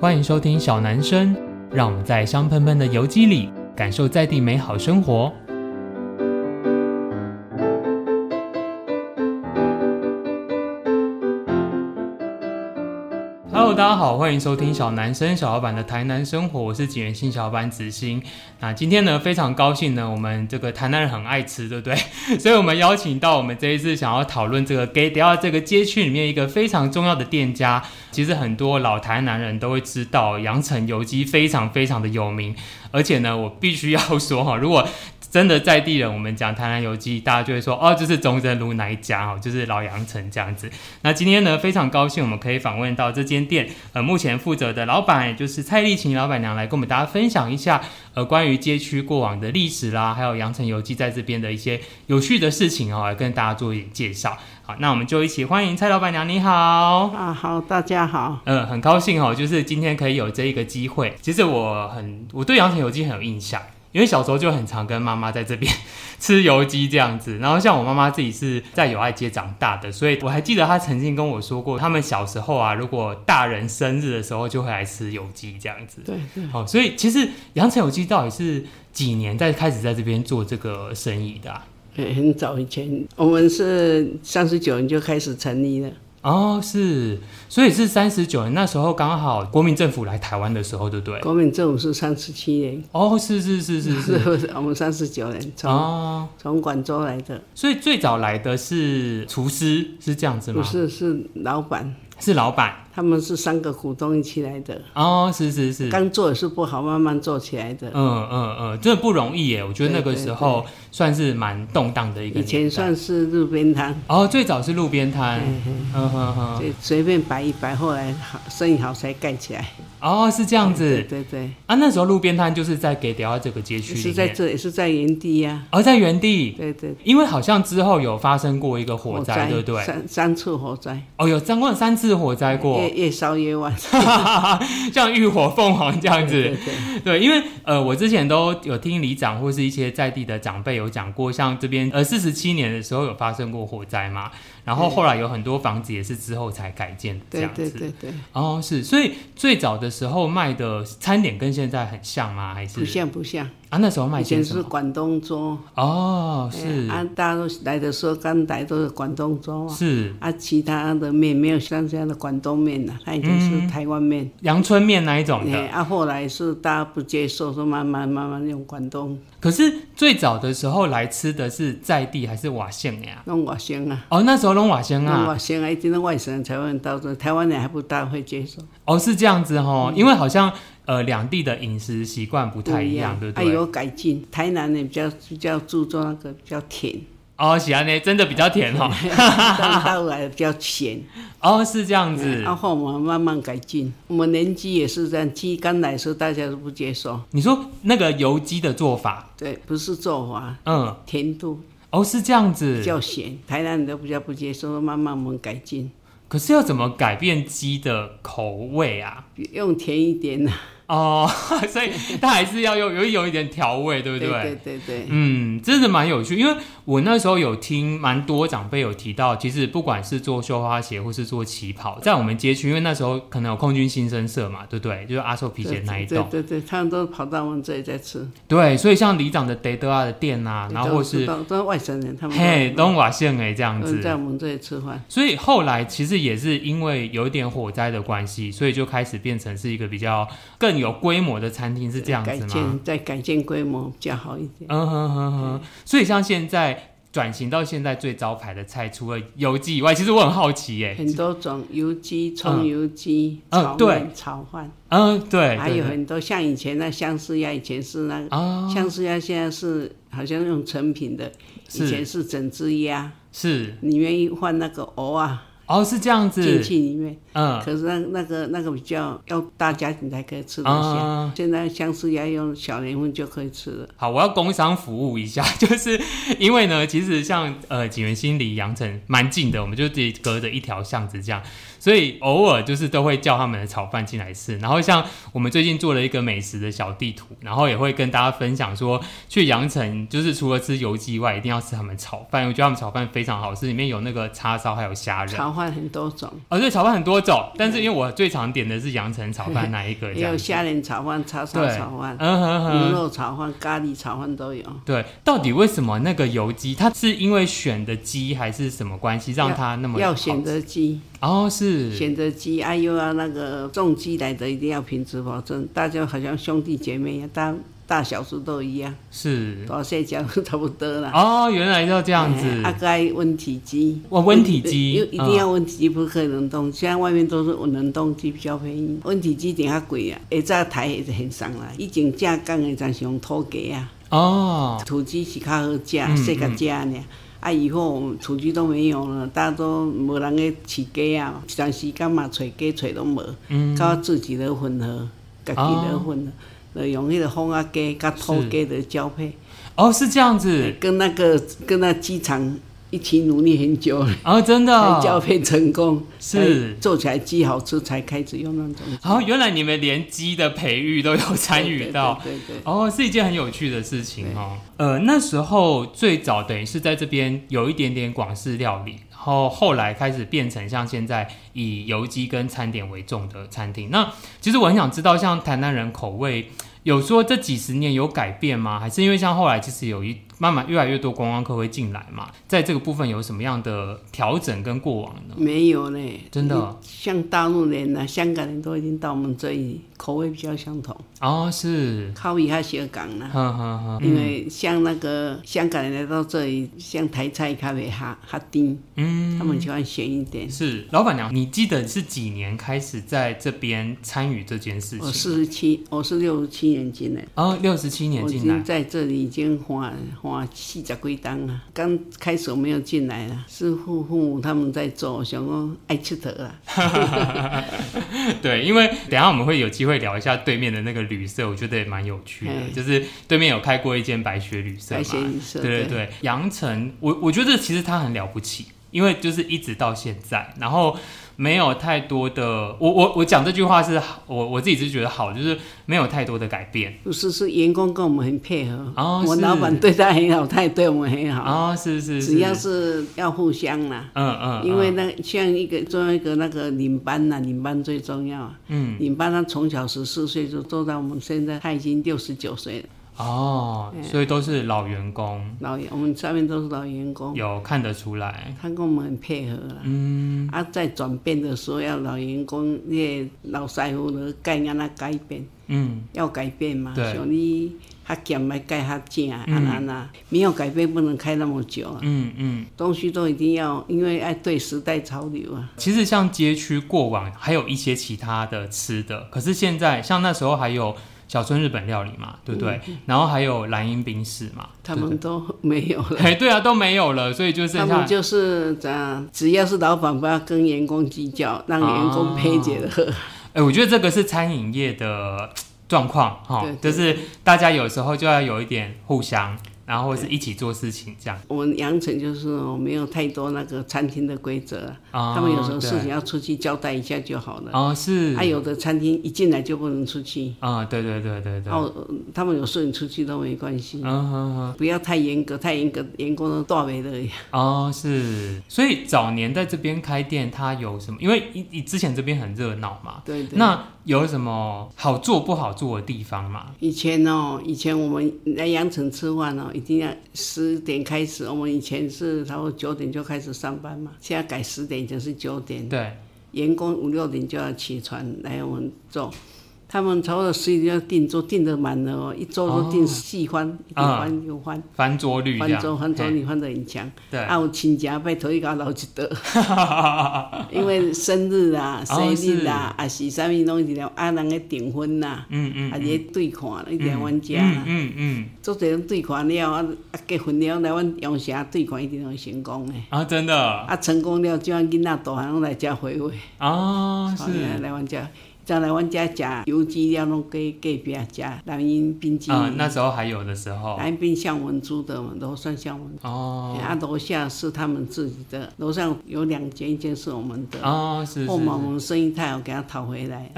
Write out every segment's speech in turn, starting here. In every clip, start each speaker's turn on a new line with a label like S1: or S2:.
S1: 欢迎收听小男生，让我们在香喷喷的油鸡里感受在地美好生活。Hello，大家好，欢迎收听小男生小老板的台南生活，我是景元新小老板子欣。那今天呢，非常高兴呢，我们这个台南人很爱吃，对不 对？所以我们邀请到我们这一次想要讨论这个 gay 迪亚这个街区里面一个非常重要的店家，其实很多老台南人都会知道，阳城油鸡非常非常的有名。而且呢，我必须要说哈，如果真的在地人，我们讲台南油鸡，大家就会说哦，就是中正路哪一家哦，就是老阳城这样子。那今天呢，非常高兴我们可以访问到这间店，呃，目前负责的老板也就是蔡丽琴老板娘来跟我们大家分享一下，呃，关于街区过往的历史啦，还有阳城游记在这边的一些有趣的事情哦，来跟大家做一点介绍。好，那我们就一起欢迎蔡老板娘，你好。
S2: 啊，好，大家好。
S1: 嗯，很高兴哦，就是今天可以有这一个机会。其实我很，我对阳城油鸡很有印象，因为小时候就很常跟妈妈在这边 吃油鸡这样子。然后像我妈妈自己是在友爱街长大的，所以我还记得她曾经跟我说过，他们小时候啊，如果大人生日的时候就会来吃油鸡这样子。
S2: 对对，
S1: 好、所以其实阳城油鸡到底是几年在开始在这边做这个生意的、啊？
S2: 诶哎很早以前，我们是三十九年就开始成立了。
S1: 哦，是，所以是三十九年那时候刚好国民政府来台湾的时候，对不对？
S2: 国民政府是三十七年，
S1: 哦，是是是是是，
S2: 我们三十九年从
S1: 哦，
S2: 从广州来的，
S1: 所以最早来的是厨师，是这样子
S2: 不
S1: 吗？
S2: 是是老板，
S1: 是老板
S2: 他们是三个股东一起来的。
S1: 哦，是是是，
S2: 刚做也是不好，慢慢做起来的。
S1: 嗯嗯嗯，真的不容易耶。我觉得那个时候算是蛮动荡的一个
S2: 以前
S1: 年代。
S2: 算是路边摊，
S1: 哦，最早是路边摊，
S2: 嗯
S1: 嗯哼哼，
S2: 就随便摆一摆，后来好生意好才盖起来。
S1: 哦，是这
S2: 这
S1: 样
S2: 对
S1: 子
S2: 对对，
S1: 啊。那时候路边摊就是在给迪奥这个街区里
S2: 是
S1: 面，
S2: 在这，也是在原地呀、
S1: 而、在原地，
S2: 对对，
S1: 因为好像之后有发生过一个火灾，对不对？
S2: 三三次火灾，
S1: 哦，有三过三次火灾过，
S2: 越越烧越旺。
S1: 像浴火凤凰这样子。
S2: 对对 对
S1: 对，因为呃，我之前都有听里长或是一些在地的长辈有讲过，像这边呃四十七年的时候有发生过火灾嘛，然后后来有很多房子也是之后才改建的这
S2: 对
S1: 样子。
S2: 对对对，
S1: 哦，是，所以最早的时候卖的餐点跟现在很像吗？还
S2: 不
S1: 是
S2: 像不像，
S1: 啊？那时候卖
S2: 以
S1: 些
S2: 前
S1: 什
S2: 是
S1: 么？
S2: 广东粥，
S1: 哦，
S2: 哎
S1: 是、
S2: 啊，大家都来的时候刚来都是广东粥啊，
S1: 是
S2: 啊，其他的面没有像这样的广东面了、它已经是台湾面。
S1: 阳春面那一种
S2: 哎，
S1: 嗯的。
S2: 啊，后来是大家不接受，说慢慢慢慢用广东
S1: 可是最早的时候来吃的是在地还是瓦县呀？
S2: 弄瓦香啊，
S1: 哦，那时候龙瓦县
S2: 弄
S1: 啊，
S2: 瓦香啊，一定到外省人才会到这，台湾人还不大会接受，
S1: 哦，是这样子哦，因为好像呃两地的饮食习惯不
S2: 不
S1: 太一样，对不
S2: 啊，
S1: 对？
S2: 有改进，台南人比较比较注重那个比较 甜，
S1: 哦，喜安呢真的比较甜哦，
S2: 到到来比较咸。
S1: 哦是这样
S2: 嗯
S1: 子。
S2: 然后我们慢慢改进，我们年纪也是这样，鸡刚来的时候大家都不接受，
S1: 你说那个油鸡的做法，
S2: 对，不是做法，
S1: 嗯，
S2: 甜度
S1: 哦是这样
S2: 比
S1: 子，
S2: 较咸，台南人都比较不接受，慢慢我们改进，
S1: 可是要怎么改变鸡的口味啊？
S2: 用甜一点啊呐、
S1: 哦， 所以它还是要有有有一点调味，对不
S2: 对对对对，
S1: 嗯，真的蛮有趣，因为我那时候有听蛮多长辈有提到，其实不管是做绣花鞋或是做旗袍，在我们街区，因为那时候可能有空军新生社嘛，对不对？就是阿寿皮鞋那一
S2: 对
S1: 栋，
S2: 对对，他们都跑到我们这里在吃，
S1: 对，所以像里长的德德啊的店啊，然后或是
S2: 都都是外省人，他们都
S1: 嘿东瓦县哎这样
S2: 都在
S1: 子，
S2: 我们这里吃饭，
S1: 所以后来其实也是因为有一点火灾的关系，所以就开始变成是一个比较更有规模的餐厅，是这样
S2: 改
S1: 子吗？
S2: 建再改建规模比较好一点，
S1: 嗯哼哼哼，所以像现在转型到现在最招牌的菜，除了油鸡以外，其实我很好奇耶、
S2: 很多种油鸡、葱油鸡、
S1: 嗯
S2: 炒
S1: 对
S2: 面、炒饭，
S1: 嗯，对，
S2: 还有
S1: 对
S2: 很多像以前那香丝鸭，以前是那个。
S1: 对啊，
S2: 像是鸭现在是好像用成品的，
S1: 是
S2: 以前是整只鸭，
S1: 是
S2: 你愿意换那个鹅啊
S1: 哦，是这样
S2: 进
S1: 子，
S2: 去里面，
S1: 嗯
S2: 可是那那个那个比较要大家庭才可以吃得下。
S1: 啊。
S2: 现在相思鸭用小年份就可以吃了，
S1: 好，我要工商服务一下， 就是因为呢，其实像呃景元新离阳城蛮近的，我们就自己隔着一条巷子这样，所以偶尔就是都会叫他们的炒饭进来吃。然后像我们最近做了一个美食的小地图，然后也会跟大家分享说，去阳城就是除了吃油鸡外，一定要吃他们炒饭。我觉得他们炒饭非常好吃，里面有那个叉烧还有虾仁。
S2: 炒饭很多种，
S1: 哦，对，炒饭很多种，但是因为我最常点的是阳城炒饭那一个这
S2: 也有
S1: 样子。
S2: 虾仁炒饭、叉烧
S1: 对
S2: 炒饭、
S1: 嗯哼
S2: 牛
S1: 哼，
S2: 肉炒饭、咖喱炒饭都有。
S1: 对，到底为什么那个油鸡，它是因为选的鸡还是什么关系，让它那么
S2: 要
S1: 好
S2: 选择鸡，
S1: 哦，是
S2: 选择鸡，哎呦啊，那个种鸡来的一定要品质保证，大家好像兄弟姐妹一样，大大小子都一样，
S1: 是
S2: 大细脚差不多啦。
S1: 哦，原来要这样子
S2: 哎啊，该温体鸡。
S1: 哇，温体嗯鸡
S2: 因为一定要温体鸡，不可以冷冻。现在外面都是冷冻鸡比较便宜，温体鸡点较贵啊。下早台也是很上啦，以前正港的咱是用土鸡啊，
S1: 嗯哦，
S2: 土鸡是较好
S1: 嗯
S2: 食，细个食呢。啊，以后我们土鸡都没有了，大家都无人去饲鸡啊，一段时间嘛，找鸡找拢无，
S1: 嗯，哦
S2: 到自己来混合，家己来混合，就用迄个风啊鸡甲土鸡来交配，
S1: 哦，是这样子，
S2: 跟那个跟那鸡场一起努力很久了。
S1: 哦，真的
S2: 才交
S1: 哦，
S2: 配成功，
S1: 是
S2: 才做起来鸡好吃，才开始用那种鸡。
S1: 哦，原来你们连鸡的培育都有参与到，
S2: 对对对对
S1: 哦，是一件很有趣的事情哦。呃，那时候最早等于是在这边有一点点广式料理，然后后来开始变成像现在以油鸡跟餐点为重的餐厅。那其实我很想知道，像台南人口味有说这几十年有改变吗？还是因为像后来其实有一慢慢越来越多观光客会进来嘛，在这个部分有什么样的调整跟过往呢？
S2: 没有嘞，
S1: 真的哦
S2: 像大陆人呐、香港人都已经到我们这里，口味比较相同，
S1: 哦，是，
S2: 靠一下香港啦、
S1: 哼哼哼，
S2: 因为像那个香港人来到这里，像台菜咖啡哈哈丁，
S1: 嗯。
S2: 他们喜欢咸一点。
S1: 是老板娘，你记得是几年开始在这边参与这件事
S2: 我
S1: 情？
S2: 四十七，我是六十七年进来，
S1: 哦，六十七年
S2: 我已
S1: 进
S2: 经
S1: 来，
S2: 在这里已经花花四十几档了。刚开始我没有进来啦，是父父母他们在做，我想讲爱佚佗啊啦。
S1: 对，因为等一下我们会有机会聊一下对面的那个旅社，我觉得也蛮有趣的，
S2: 嗯
S1: 就是对面有开过一间白雪旅社嘛，
S2: 白雪旅社
S1: 啊对对
S2: 对
S1: 对，杨城，我我觉得其实他很了不起，因为就是一直到现在，然后没有太多的，我我我讲这句话是好我我自己是觉得好，就是没有太多的改变
S2: 不是，是员工跟我们很配合，
S1: 哦
S2: 我
S1: 是
S2: 老板对他很好，他也对我们很好，
S1: 啊、哦，是是是，
S2: 只嗯要是要互相啦。
S1: 嗯嗯，
S2: 因为
S1: 嗯
S2: 那像一个重要一个那个领班呐、领班最重要啊。
S1: 嗯。
S2: 领班他从小十四岁就做到我们现在，他已经六十九岁了，
S1: 哦，所以都是老员工，
S2: 老员我们上面都是老员工，
S1: 有看得出来。
S2: 他跟我们很配合啦。
S1: 嗯，
S2: 啊，在转变的时候，要老员工、那个老师傅的概念啊改变，
S1: 嗯，
S2: 要改变嘛。
S1: 对
S2: 像你较咸来改较正，啊那那没有改变不能开那么久啊。
S1: 嗯嗯，
S2: 东西都一定要，因为要对时代潮流啊。
S1: 其实像街区过往还有一些其他的吃的，可是现在像那时候还有小村日本料理嘛，对不
S2: 嗯
S1: 对？然后还有蓝鹰冰室嘛，
S2: 他
S1: 对不
S2: 们都没有了
S1: 对，哎，对啊，都没有 了，所以就
S2: 他
S1: 剩
S2: 们
S1: 下
S2: 就是这样，只要是老板不要跟员工计较，让员工配解的。
S1: 哎，我觉得这个是餐饮业的状况哈
S2: 对，
S1: 就
S2: 对
S1: 是大家有时候就要有一点互相，然后或是一起做事情这样
S2: 我们阳城就是我没有太多那个餐厅的规则啊，
S1: 啊。
S2: 他们有时候事情
S1: 对
S2: 要出去交代一下就好了。
S1: 哦是
S2: 还、有的餐厅一进来就不能出去，
S1: 啊，对对对对对，
S2: 哦，呃他们有事情出去都没关系，
S1: 嗯哼哼。
S2: 不要太严格，太严格员工都大为了。
S1: 哦，是，所以早年在这边开店，它有什么？因为以以之前这边很热闹嘛，
S2: 对对。
S1: 那有什么好做不好做的地方嘛？
S2: 以前哦，以前我们来阳城吃饭哦，一定要十点开始。我们以前是差不多九点就开始上班嘛，现在改十点，就是九点。
S1: 对，
S2: 员工五六点就要起床来我们做，他们差不多十一点就订桌，订的满了哦，一周都订四
S1: 啊
S2: 番，一定翻又翻，
S1: 翻桌率这
S2: 翻
S1: 样，
S2: 桌翻桌
S1: 嘿
S2: 你翻的很强。
S1: 对，
S2: 啊，有亲戚拜托伊甲我留 一桌，因为生日啊、
S1: 哦
S2: 生日啊，啊是啥物拢一条啊，人咧订婚啦，
S1: 嗯嗯
S2: 啊咧对看，一条阮遮
S1: 嗯
S2: 啦，
S1: 嗯嗯，
S2: 做侪拢对看了啊，啊结婚了来阮阳城对看一定会成功诶，
S1: 啊，真的
S2: 啊成功了，即阮囡仔大汉拢来遮回味。
S1: 啊，
S2: 来
S1: 是
S2: 来阮遮，再来阮遮食油鸡了，拢给隔壁食南因冰激
S1: 啊，那时哦候还有的时候，
S2: 南因冰像我们租的嘛，楼上像我们，
S1: 哦
S2: 啊楼下是他们自己的，楼上有两间，一间是我们的。
S1: 哦，是是
S2: 后面我
S1: 是。
S2: 们生意太好，给他讨回 来，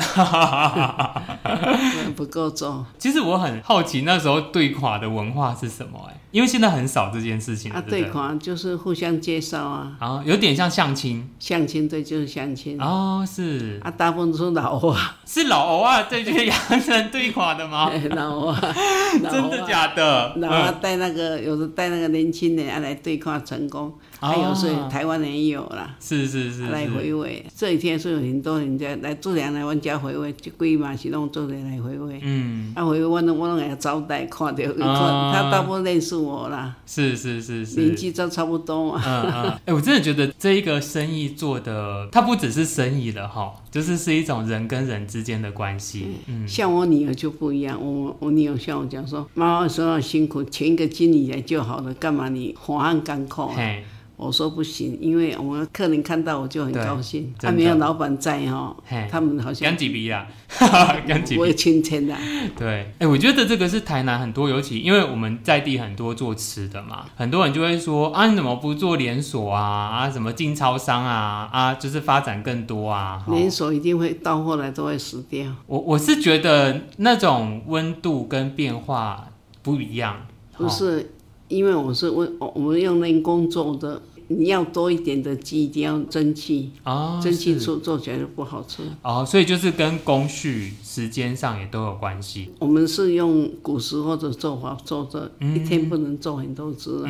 S2: 不够做。
S1: 其实我很好奇那时候对垮的文化是什么、哎，因为现在很少这件事情
S2: 啊，
S1: 了对不
S2: 对
S1: 对？
S2: 款就是互相介绍啊，
S1: 啊，有点像相亲
S2: 相亲对就是相亲啊，
S1: 哦，是
S2: 大部分都是老啊，
S1: 是老欧啊，对，就是洋人对垮的吗？
S2: 老啊，
S1: 真的假的？嗯
S2: 然后带那个有的带那个年轻人啊来对抗成功，还有是
S1: 啊
S2: 台湾人也有啦，
S1: 是是是
S2: 啊来
S1: 是，
S2: 回味。这几天是有很多人家来做人来阮家回味，就贵嘛是弄做人来回味。
S1: 嗯，
S2: 啊，回味我拢我拢给他招待，看到、看
S1: 啊
S2: 他大部分认识我啦，
S1: 是是是是，
S2: 年纪都差不多啊嘛。
S1: 嗯嗯，哎、我真的觉得这一个生意做的，它不只是生意了哈，就是是一种人跟人之间的关系。嗯，
S2: 像我女儿就不一样，我我女儿像我讲说，妈妈说很辛苦，请一个经理来就好了，干嘛你火汗干扣啊？
S1: 嘿，
S2: 我说不行，因为我们客人看到我就很
S1: 对
S2: 高兴，
S1: 真
S2: 他、
S1: 的
S2: 没有老板在哦
S1: 嘿，
S2: 他们好像
S1: 干几笔 啦，哈哈，干几
S2: 我
S1: 笔。
S2: 也亲亲的，
S1: 对，哎、我觉得这个是台南很多，尤其因为我们在地很多做吃的嘛，很多人就会说啊，你怎么不做连锁啊？啊，什么进超商啊？啊，就是发展更多啊。哈
S2: 连锁一定会到后来都会死掉。
S1: 我我是觉得那种温度跟变化不一样。
S2: 不
S1: 哈
S2: 是，因为我是问我我们用人工做的，你要多一点的鸡，一定要蒸汽，
S1: 啊，
S2: 蒸汽
S1: 是
S2: 做做起来就不好吃。
S1: 哦，所以就是跟工序、时间上也都有关系。
S2: 我们是用古时候的做法做的，
S1: 嗯
S2: 一天不能做很多只啊。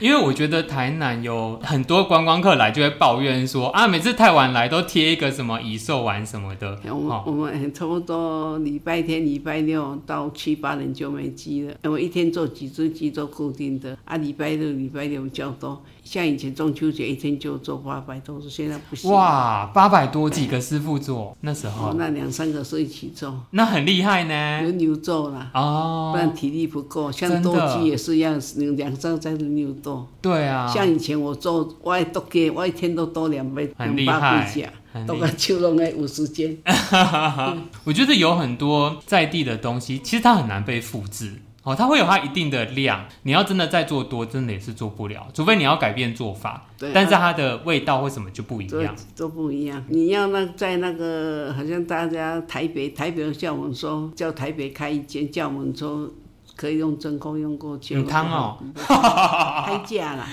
S1: 因为我觉得台南有很多观光客来就会抱怨说啊，每次太晚来都贴一个什么已售完什么的。
S2: 哎我们、
S1: 哦
S2: 我们差不多礼拜天、礼拜六到七八点就没鸡了。我一天做几只鸡都固定的啊，礼拜六、礼拜六比较多。像以前中秋节一天就做八百多只，现在不行。！
S1: 哇，八百多几个师傅做那时
S2: 哦
S1: 候，，
S2: 那两三个是一起做，
S1: 那很厉害呢。
S2: 轮流做啦。不
S1: 哎哦，
S2: 然体力不够，像
S1: 真的
S2: 斗鸡也是一样，两张才能牛斗。
S1: 对啊，
S2: 像以前我做，我爱斗鸡，我一天都斗两百
S1: 很厉
S2: 两
S1: 害
S2: 百几只，
S1: 很
S2: 斗
S1: 厉哎
S2: 个手拢爱五十斤。
S1: 我觉得有很多在地的东西，其实它很难被复制。哦，它会有它一定的量，你要真的再做多，真的也是做不了，除非你要改变做法。
S2: 对
S1: 但是它的味道或什么就不一
S2: 都
S1: 样。
S2: 都不一样。你要那在那个，好像大家台北，台北叫我们说，叫台北开一间，叫我们说可以用真空用过去。
S1: 有汤哦，
S2: 开价啦。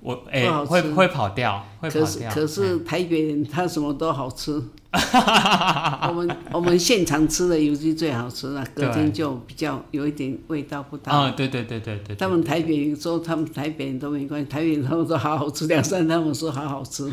S1: 我哎、
S2: 不好吃
S1: 会会跑掉， 哎会跑
S2: 可是
S1: 掉。
S2: 可是台北人他什么都 好吃。我们我们现场吃的油鸡最好吃了，隔
S1: 对
S2: 天就比较有一点味道不大。
S1: 啊、嗯，对对对对对，对
S2: 他们台北有时候他们台北人都没关系，台北人他们说好好吃，两三他们说好好吃，
S1: 嗯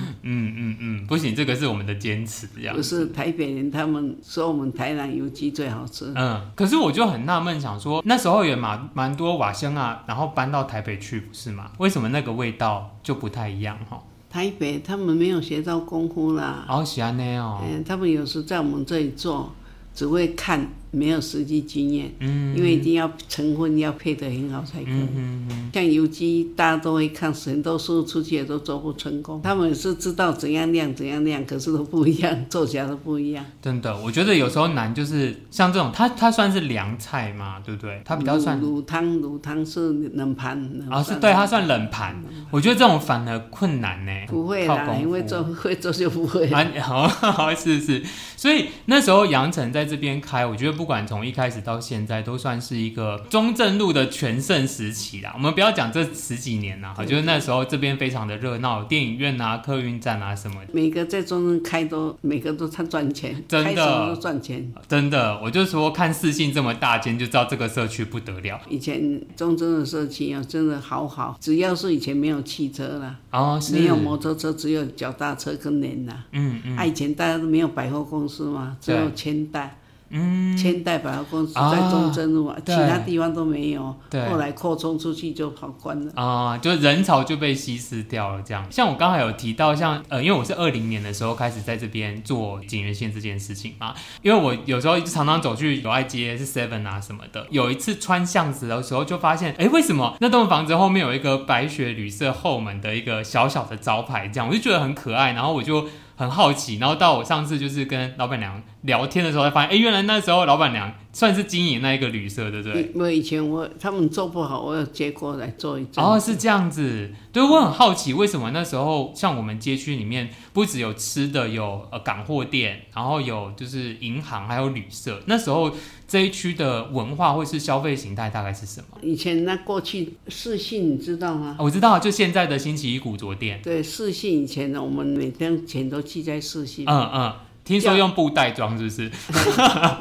S1: 嗯嗯，不行，这个是我们的坚持，这样
S2: 不。是台北人他们说我们台南油鸡最好吃。
S1: 嗯，可是我就很纳闷，想说那时候也蛮蛮多瓦香啊，然后搬到台北去，不是吗？为什么那个味道就不太一样哈？
S2: 台北他们没有学到功夫啦，
S1: 好喜欢那哦，
S2: 嗯、他们有时在我们这里做，只会看，没有实际经验，
S1: 嗯，
S2: 因为一定要成分要配得很好才可以。
S1: 嗯嗯嗯，
S2: 像油鸡，大家都会看，很多师傅出去也都做不成功。他们也是知道怎样晾怎样晾，可是都不一样，做起来都不一样。
S1: 真的，我觉得有时候难，就是像这种，它它算是凉菜嘛，对不对？它比较算
S2: 卤卤汤，卤汤是冷盘，冷
S1: 啊、
S2: 盘
S1: 是对，它算冷盘。我觉得这种反而困难呢，
S2: 嗯不会
S1: 靠嗯
S2: 啦，
S1: 功
S2: 因为
S1: 夫
S2: 做会做就不会。
S1: 啊， 好，好，是是，所以那时候杨晨在这边开，我觉得不管从一开始到现在，都算是一个中正路的全盛时期啦。我们不要讲这十几年啦，好，就是那时候这边非常的热闹，电影院啊、客运站啊什么的。
S2: 每个在中间开都，每个都他赚钱，
S1: 真的
S2: 开什么都赚钱。
S1: 真的，我就说看四信这么大间，就知道这个社区不得了。
S2: 以前中正的社区啊，真的好好，只要是以前没有汽车啦，
S1: 哦，是，
S2: 没有摩托车，只有脚踏车跟人啦。
S1: 嗯
S2: 啊，以前大家都没有百货公司嘛，只
S1: 对
S2: 有千代，
S1: 嗯，
S2: 千代百货公司
S1: 啊
S2: 在中正路啊，
S1: 对
S2: 其他地方都没有。
S1: 对
S2: 后来扩充出去就跑光了。
S1: 啊、就人潮就被稀释掉了。这样，像我刚才有提到像，呃，因为我是二零年的时候开始在这边做景元线这件事情嘛，因为我有时候常常走去友爱街是 Seven 啊什么的，有一次穿巷子的时候就发现，哎，为什么那栋房子后面有一个白雪旅社后门的一个小小的招牌？这样，我就觉得很可爱，然后我就。很好奇，然后到我上次就是跟老板娘聊天的时候，才发现，哎，原来那时候老板娘算是经营那一个旅社，对不对？
S2: 因为以前我他们做不好，我有接过来做一阵。
S1: 哦，是这样子，对我很好奇，为什么那时候像我们街区里面不只有吃的，有呃港货店，然后有就是银行，还有旅社，那时候这一区的文化或是消费形态大概是什么？
S2: 以前那过去四信你知道吗？
S1: 我知道，就现在的星期一古着店，
S2: 对，四信以前呢，我们每天钱都记在四信
S1: 嗯。嗯，听说用布袋装是不是？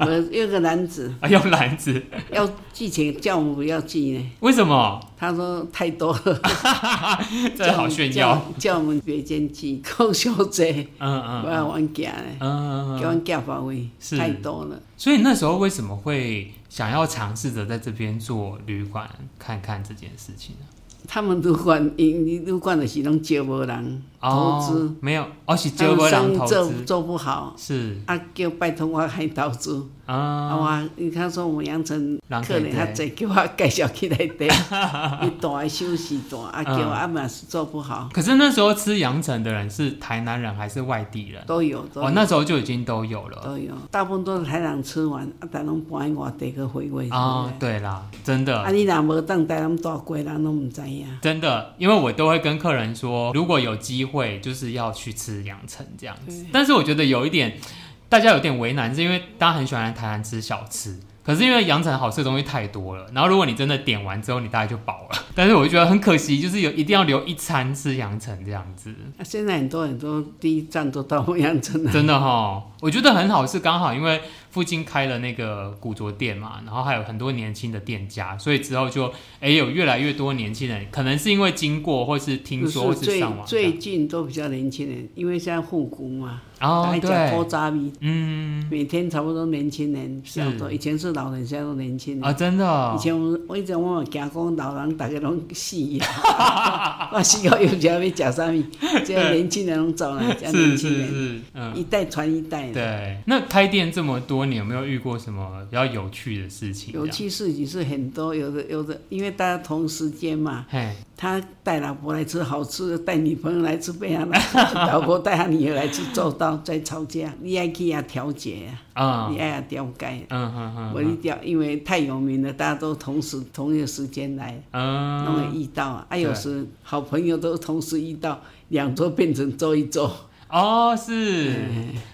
S2: 我们有个男子
S1: 啊，用篮子，
S2: 要记钱，叫我们不要记呢。
S1: 为什么？
S2: 他说太多了，
S1: 这好炫耀，
S2: 叫叫我们别间记，讲小姐，
S1: 嗯
S2: 不
S1: 嗯
S2: 要玩假呢，
S1: 嗯嗯嗯
S2: 叫阮假发位
S1: 是
S2: 太多了。
S1: 所以那时候为什么会想要尝试着在这边做旅馆看看这件事情呢？
S2: 他们旅馆，因因旅馆的是拢招无人投资，
S1: 哦、没有，而且
S2: 他
S1: 结
S2: 们
S1: 果两
S2: 生意
S1: 投
S2: 做
S1: 资
S2: 做不好，
S1: 是
S2: 啊，叫拜托我来投资。
S1: 啊，
S2: 啊，我因他说我们阳城
S1: 人
S2: 客人
S1: 较
S2: 较
S1: 多
S2: 侪，叫我介绍去 内底，伊大的休息大，啊叫我啊嘛是做不好，
S1: 可是那时候吃羊城的人是台南人还是外地人？
S2: 都有都
S1: 哦，
S2: 有
S1: 那时候就已经都有了
S2: 都有，大部分都是台南吃完，啊台南搬去外地去回味。
S1: 啊，对啦，真的。
S2: 啊你若无当台南大街，人拢毋知影。
S1: 真的，因为我都会跟客人说，如果有机会，就是要去吃羊城这样子。但是我觉得有一点，大家有点为难，是因为大家很喜欢来台南吃小吃，可是因为羊城好吃的东西太多了，然后如果你真的点完之后，你大概就饱了。但是我就觉得很可惜，就是有一定要留一餐吃羊城这样子，
S2: 啊现在很多很多第一站都到我们阳 城了，
S1: 真的哈，我觉得很好，是刚好因为附近开了那个古着店嘛，然后还有很多年轻的店家，所以之后就哎有越来越多年轻人，可能是因为经过或是听说
S2: 不
S1: 或
S2: 是
S1: 是
S2: 最
S1: 上网这样
S2: 最近都比较年轻人，因为现在复古嘛，
S1: 哦，
S2: 爱食古
S1: 对，
S2: 早味，
S1: 嗯，
S2: 每天差不多年轻人比较多，
S1: 是
S2: 以前是老人，现在都年轻人。
S1: 啊，真的
S2: 以
S1: 哦，
S2: 前我我以前我嘛惊讲老人逐个拢死啊， 我死到又不知道要食啥物，即个年轻人拢走来食
S1: 是
S2: 年轻
S1: 是
S2: 人，
S1: 是，嗯，
S2: 一代传一代的。
S1: 对。那开店这么多，你有没有遇过什么比较有趣的事情？
S2: 有，趣事情是很多，有的有的，因为大家同时间嘛，
S1: 嘿，
S2: 他带老婆来吃好吃的，带女朋友来吃被他 老婆带他女儿来去做到再吵架，你爱去啊调解啊，
S1: 啊，
S2: 你爱啊调解，
S1: 嗯哼哼
S2: 我
S1: 哼，
S2: 一调，因为太有名了，大家都同时同一个时间来，那么
S1: 嗯，
S2: 遇到啊，啊
S1: 对
S2: 有时好朋友都同时遇到，两桌变成桌一桌，
S1: 哦，
S2: 嗯
S1: 是，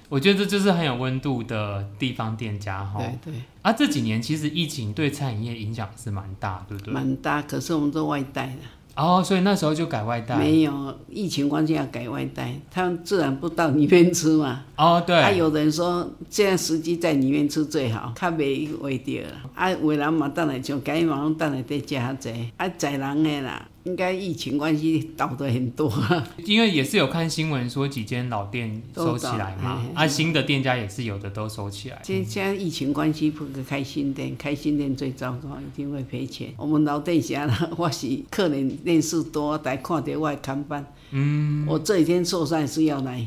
S1: 我觉得这就是很有温度的地方店家哈。
S2: 对对，
S1: 啊，这几年其实疫情对餐饮业影响是蛮大，对不对？
S2: 蛮大。可是我们都外带了，
S1: 哦，所以那时候就改外带。
S2: 没有疫情关系要改外带，他们自然不到里面吃嘛。
S1: 哦，
S2: 啊，
S1: 对，
S2: 有的人说这样时机在里面吃最好，较袂坏掉啦。啊，有的人嘛，等来像改嘛，拢等来在家较济，啊，宰人的啦，应该疫情关系倒的很多啦。
S1: 因为也是有看新闻说几间老店收起来嘛
S2: 都，倒
S1: 啊，新的店家也是有的都收起来。
S2: 这现在疫情关系，不可开新店，开新店最糟糕，一定会赔钱。我们老店侠啦， 我是客人认识多，才看到我的看板。嗯，我这几天受伤是要来，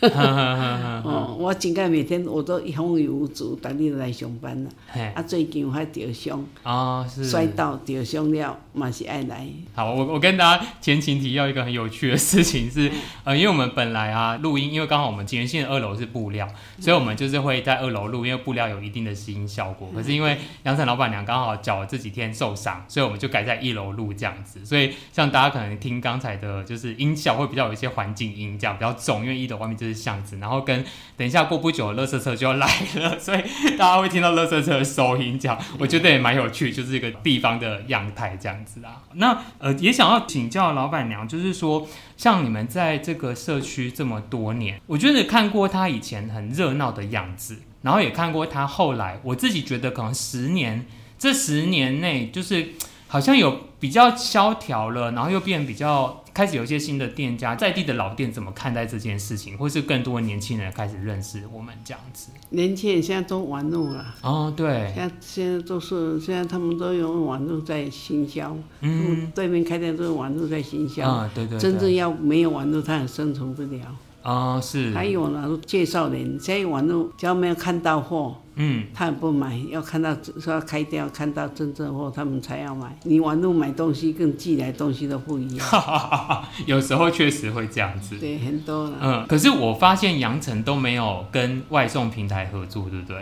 S1: 嗯
S2: 哦，我真该每天我都风雨无阻，等你来上班啦。
S1: 嘿，
S2: 啊，最近还受伤，
S1: 哦，是
S2: 摔倒受伤了，嘛是爱来。
S1: 好，我我跟大家前情提要一个很有趣的事情是，呃，因为我们本来啊录音，因为刚好我们景元县的二楼是布料，所以我们就是会在二楼录，因为布料有一定的吸音效果。可是因为杨伞老板娘刚好脚这几天受伤，所以我们就改在一楼录这样子。所以像大家可能听刚才的就是音效会比较有一些环境音，这样比较重，因为一楼外面就是巷子，然后跟等一下过不久的垃圾车就要来了， 所以大家会听到垃圾车的收音，这样我觉得也蛮有趣，就是一个地方的阳台这样子啊。那呃，也想要请教老板娘，就是说，像你们在这个社区这么多年，我觉得看过它以前很热闹的样子，然后也看过它后来，我自己觉得可能十年这十年内，就是好像有比较萧条了，然后又变比较。开始有一些新的店家，在地的老店怎么看待这件事情，或是更多年轻人开始认识我们这样子？
S2: 年轻人现在都玩路了，
S1: 哦，对
S2: 现，在现在都是现在他们都用网络在行销，他
S1: 嗯
S2: 们，对面开店都用网络在行销。
S1: 啊，对对对，
S2: 真正要没有网络，他也生存不了。
S1: 啊、是，
S2: 还有呢，介绍人，现在网络只要没有看到货，
S1: 嗯，
S2: 他也不买，要看到说要开店，要看到真正货，他们才要买。你网络买东西跟寄来东西都不一样，
S1: 哈哈哈哈，有时候确实会这样子。
S2: 对，很多了。
S1: 嗯，可是我发现羊城都没有跟外送平台合作，对不对？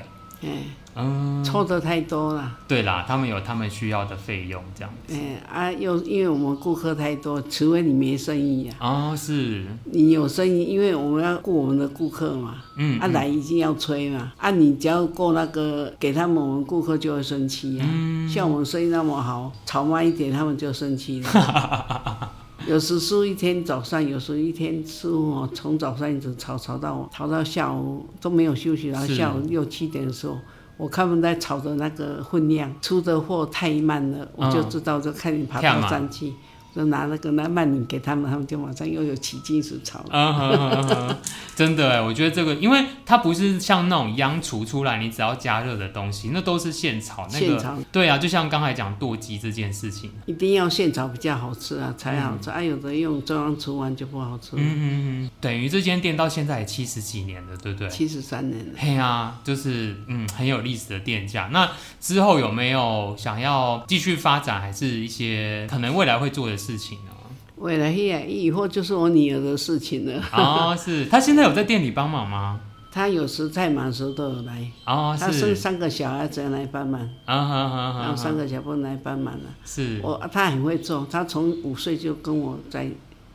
S2: 哎，
S1: 嗯，
S2: 凑的太多了，
S1: 对啦，他们有他们需要的费用这样子。
S2: 哎啊，又因为我们顾客太多，除非你没生意啊呀、
S1: 哦，是，
S2: 你有生意，因为我们要顾我们的顾客嘛，
S1: 嗯
S2: 啊来一定要催嘛，啊你只要够那个给他们，我们顾客就会生气呀、
S1: 嗯
S2: 像我们生意那么好，炒慢一点他们就生气了。 有时输一天早上，有时候一天师傅哦从早上一直吵吵到我吵到下午都没有休息，然后
S1: 是
S2: 下午六七点的时候，我看他们在炒的那个分量，出的货太慢了，我就
S1: 嗯
S2: 知道就看你爬
S1: 跳
S2: 到
S1: 嘛
S2: 站去，就拿那个那慢点给他们，他们就马上又有起劲是炒了。
S1: 嗯哼哼哼哼， 真的哎，我觉得这个，因为它不是像那种央厨出来，你只要加热的东西，那都是现炒。那
S2: 现
S1: 个
S2: 炒
S1: 对啊，就像刚才讲剁鸡这件事情，
S2: 一定要现炒比较好吃啊，才好吃。啊，有的用中央厨完就不好吃了。
S1: 嗯嗯嗯，等于这间店到现在也七十几年了，对不对？
S2: 七十三年了，
S1: 嘿啊，就是嗯很有历史的店家。那之后有没有想要继续发展，还是一些可能未来会做的事 情呢？
S2: 为了那个以后就是我女儿的事情了。
S1: 哦，是他现在有在店里帮忙吗？
S2: 她有时在忙的时候都有来，
S1: 哦，
S2: 她生
S1: 是，
S2: 三个小孩子来帮忙，
S1: 啊哈哈
S2: 然
S1: 哈
S2: 后三
S1: 哈，
S2: 个小朋友来帮忙了。
S1: 是
S2: 我她很会做，她从五岁就跟我在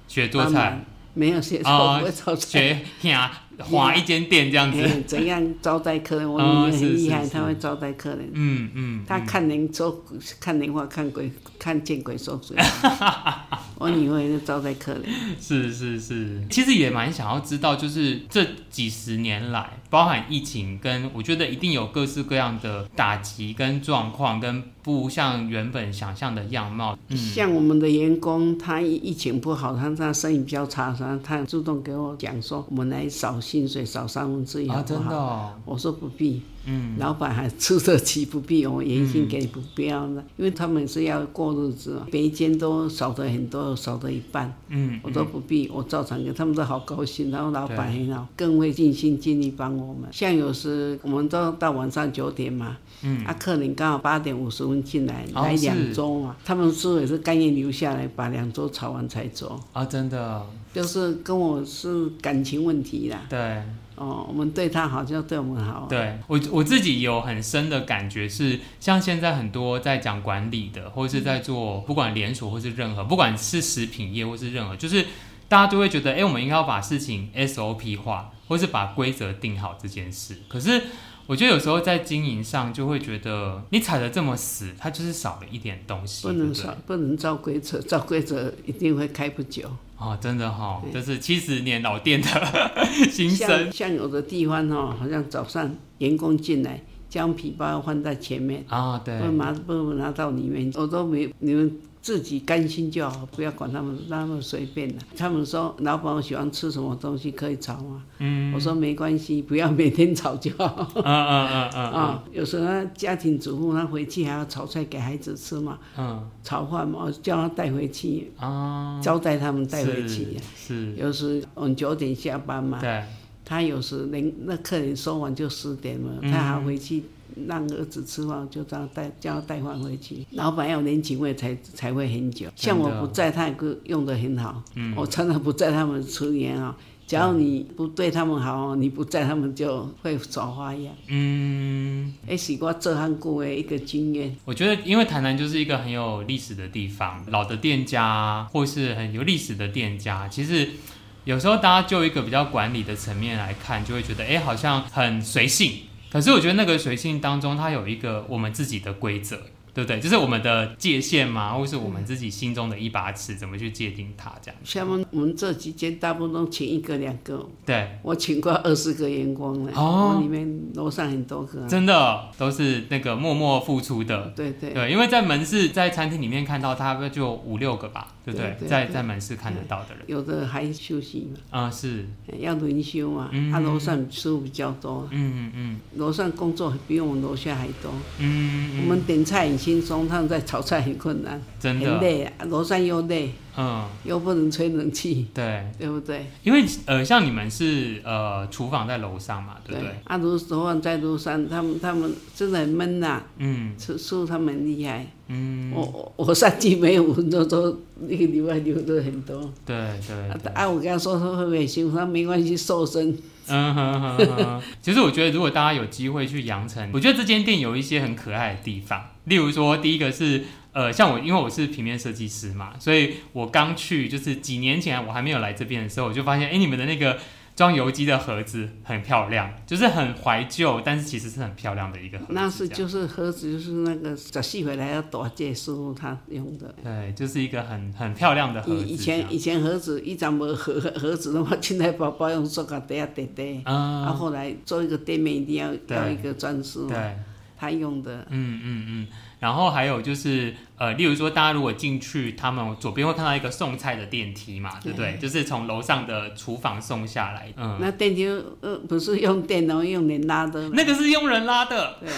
S1: 学做
S2: 帮
S1: 菜
S2: 忙，，没有学
S1: 哦
S2: 错，不会做菜。
S1: 学呀，划一间店这样子，
S2: 哎 怎样招待客人？我
S1: 哦
S2: 女儿
S1: 是
S2: 很厉
S1: 是
S2: 害，
S1: 是
S2: 她会招待客人。
S1: 嗯嗯，
S2: 她看人说看人话，看鬼看见鬼说 鬼话。我女儿也是招待客人。
S1: 是是是，其实也蛮想要知道，就是这几十年来，包含疫情跟我觉得一定有各式各样的打击跟状况，跟不像原本想象的样貌。嗯，
S2: 像我们的员工，他疫情不好，他他生意比较差，然后他主动给我讲说，我们来少薪水，少三分之一好
S1: 啊，
S2: 不
S1: 真
S2: 好？
S1: 的、哦，
S2: 我说不必，
S1: 嗯，
S2: 老板还出得起，不必，我也已经给不必要了，因为他们是要过日子嘛，每一间都少的很多，少的一半，
S1: 嗯，
S2: 我都不必，我照常给他们都好高兴，然后老板
S1: 对
S2: 很好，更会尽心尽力帮我们。像有时我们都到晚上九点嘛，
S1: 嗯，
S2: 啊，客人刚好八点五十分进来，
S1: 哦
S2: 来
S1: 是
S2: 两桌嘛，他们师傅也是甘愿留下来把两桌炒完才走，
S1: 啊，真的，
S2: 就是跟我是感情问题啦，
S1: 对。
S2: 哦，我们对他好就对我们好、啊，
S1: 对我我自己有很深的感觉是，像现在很多在讲管理的，或是
S2: 嗯
S1: 在做不管连锁或是任何，不管是食品业或是任何，就是大家都会觉得，哎、我们应该要把事情 SOP 化，或是把规则定好这件事。可是我觉得有时候在经营上就会觉得，你踩的这么死，它就是少了一点东西，
S2: 不
S1: 对
S2: 能
S1: 不对
S2: 少，不能照规则，照规则一定会开不久。
S1: 哦，真的哈、
S2: 对
S1: 这是七十年老店的 心声。
S2: 像像有的地方哦，好像早上员工进来，将皮包放在前面，
S1: 啊、对，
S2: 不拿不拿到里面，我都没你们自己甘心就好，不要管他们那么随便了。他们说老板我喜欢吃什么东西可以炒吗？嗯，我说没关系，不要每天炒就好。
S1: 嗯嗯嗯嗯嗯
S2: 啊、有时候他家庭主妇她回去还要炒菜给孩子吃嘛，
S1: 嗯
S2: 炒饭嘛，我叫他带回去，
S1: 啊，
S2: 招待他们带回去。
S1: 是，是
S2: 有时我们九点下班嘛，
S1: 对。
S2: 他有时连那客人收完就十点了，
S1: 嗯
S2: 他还回去让儿子吃饭，就这样带叫他带饭回去。老板要人情味才才会很久，
S1: 真
S2: 像
S1: 的哦嗯
S2: 我不在，他也给我用的很好。我常常不在他们出言啊，只要你不对他们好，你不在他们就会耍花样。
S1: 嗯，
S2: 哎，是我这行久的一个经验。
S1: 我觉得因为台南就是一个很有历史的地方，老的店家或是很有历史的店家，其实。有时候大家就一个比较管理的层面来看，就会觉得哎、诶好像很随性。可是我觉得那个随性当中，它有一个我们自己的规则，对不对？就是我们的界限嘛，或是我们自己心中的一把尺，怎么去界定它这样？
S2: 像我们我们这几间大部分都请一个两个，
S1: 对，
S2: 我请过二十个员工了，
S1: 哦
S2: 我里面楼上很多个啊、
S1: 真的都是那个默默付出的。
S2: 对对。
S1: 对，因为在门市在餐厅里面看到，大概就五六个吧，对不对？
S2: 对对
S1: 在
S2: 对
S1: 在门市看得到的人。
S2: 有的还休息嘛，
S1: 啊、是，
S2: 要轮休嘛，
S1: 嗯
S2: 啊，楼上师傅比较多，
S1: 嗯嗯
S2: 楼上工作比我们楼下还多。
S1: 嗯，
S2: 我们点菜很轻松，他们在炒菜很困难，
S1: 真
S2: 很
S1: 的，
S2: 累、啊，楼上又累，
S1: 嗯，
S2: 又不能吹冷气，
S1: 对，
S2: 对不对？
S1: 因为呃，像你们是呃厨房在楼上嘛，对不对？
S2: 啊，如果在楼上，他们他们真的很闷呐、
S1: 嗯，
S2: 吃师傅他们很厉害，嗯，我我上季没有闻到都那个礼拜流的很多。
S1: 对对
S2: 啊，啊，我跟他说说会不会心酸，没关系，瘦身。
S1: 嗯哼哼哼， 其实我觉得，如果大家有机会去羊城，我觉得这间店有一些很可爱的地方。例如说，第一个是呃，像我，因为我是平面设计师嘛，所以我刚去就是几年前我还没有来这边的时候，我就发现，哎、你们的那个装油机的盒子很漂亮，就是很怀旧，但是其实是很漂亮的一个盒子。
S2: 那是
S1: 这样
S2: 就是盒子，就是那个十四回来要大借师傅他用的。
S1: 对，就是一个很很漂亮的盒子。
S2: 以以
S1: 这
S2: 前
S1: 样
S2: 以前盒子一张无盒盒子的话，现在包包用塑胶袋啊袋袋。
S1: 啊、
S2: 啊，后来做一个店面一定要
S1: 对
S2: 要一个专师嘛，
S1: 对。
S2: 他用的
S1: 嗯嗯嗯，然后还有就是呃，例如说大家如果进去，他们左边会看到一个送菜的电梯嘛，对不对？就是从楼上的厨房送下来，嗯，
S2: 那电梯呃不是用电哦，用人 拉的，
S1: 那个是佣人拉的，
S2: 对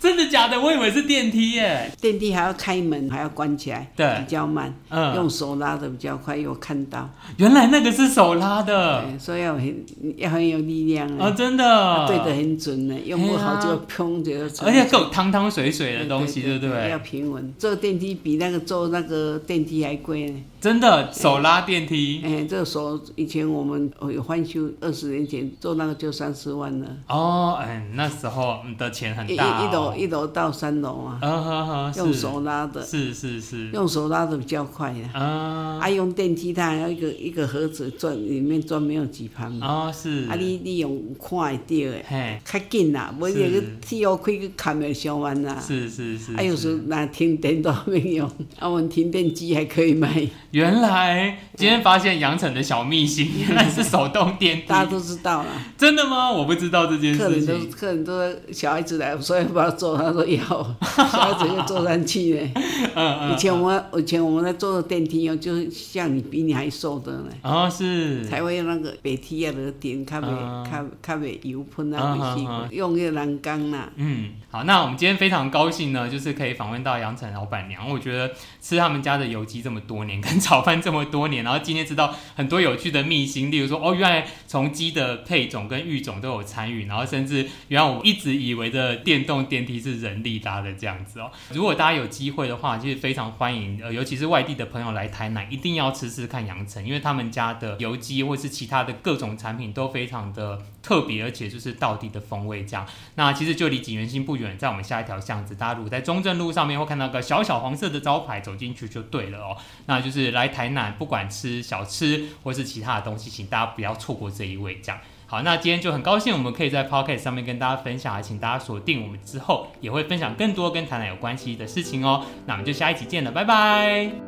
S1: 真的假的？我以为是电梯耶，
S2: 电梯还要开门还要关起来，
S1: 对
S2: 比较慢，
S1: 嗯，
S2: 用手拉的比较快，有看到，
S1: 原来那个是手拉的
S2: 对所以要很要很有力量
S1: 嗯哦，
S2: 啊，
S1: 真
S2: 啊
S1: 的，
S2: 对的，很准呢，用不好就砰就要出
S1: 而
S2: 来。
S1: 且够汤汤水水的
S2: 对
S1: 东西，对不
S2: 要
S1: 对？
S2: 平稳，坐电梯比那个坐那个电梯还贵呢。
S1: 真的手拉电梯
S2: 哎、这个时候以前我们哦有翻修，二十年前做那个就三十万了，
S1: 哦，嗯，那时候嗯的钱
S2: 一
S1: 很
S2: 一
S1: 大
S2: 一
S1: 哦，
S2: 楼一楼到三楼啊，
S1: 嗯呵呵，是
S2: 用手拉的，
S1: 是是是，
S2: 用手拉的比较快呀、
S1: 嗯。
S2: 啊。用电梯它还要一个一个盒子转，里面装没有几盘嘛。
S1: 哦，是，
S2: 啊，你你用看会到的，
S1: 嘿，
S2: 较紧啦，无
S1: 是
S2: 你个梯哦开去砍的上完啦。
S1: 是是是，
S2: 啊，有时候那停电都没有，啊，我们停电机还可以卖，
S1: 原来今天发现杨城的小秘辛，原来是手动电梯，
S2: 大家都知道啦。
S1: 真的吗？我不知道这件
S2: 客
S1: 事
S2: 人都
S1: 情。
S2: 客人都小孩子来，我说要不要坐，他说要，小孩子就坐上去呢。
S1: 嗯嗯，
S2: 以前我们以前我们在坐电梯哦，就是像你比你还瘦的呢，
S1: 哦是，
S2: 才会用那个白梯啊，落顶，较
S1: 啊
S2: 袂较较袂油喷
S1: 啊
S2: 啊，袂死
S1: 啊啊
S2: 过，用迄个栏杆啦。
S1: 嗯，好，那我们今天非常高兴呢，就是可以访问到杨晨老板娘。我觉得吃他们家的油鸡这么多年，跟炒饭这么多年，然后今天知道很多有趣的秘辛，例如说，哦，原来从鸡的配种跟育种都有参与，然后甚至原来我一直以为的电动电梯是人力搭的这样子哦。如果大家有机会的话，其实非常欢迎，呃，尤其是外地的朋友来台南，一定要吃吃看杨晨，因为他们家的油鸡或是其他的各种产品都非常的 特别，而且就是道地的风味这样。那其实就离景元新不远，在我们下一条巷子，大家如果在中正路上面会看到个小小黄色的招牌，走进去就对了哦。那就是来台南，不管吃小吃或是其他的东西，请大家不要错过这一位这样。好，那今天就很高兴，我们可以在 Podcast 上面跟大家分享，请大家锁定我们之后，也会分享更多跟台南有关系的事情哦。那我们就下一集见了，拜拜。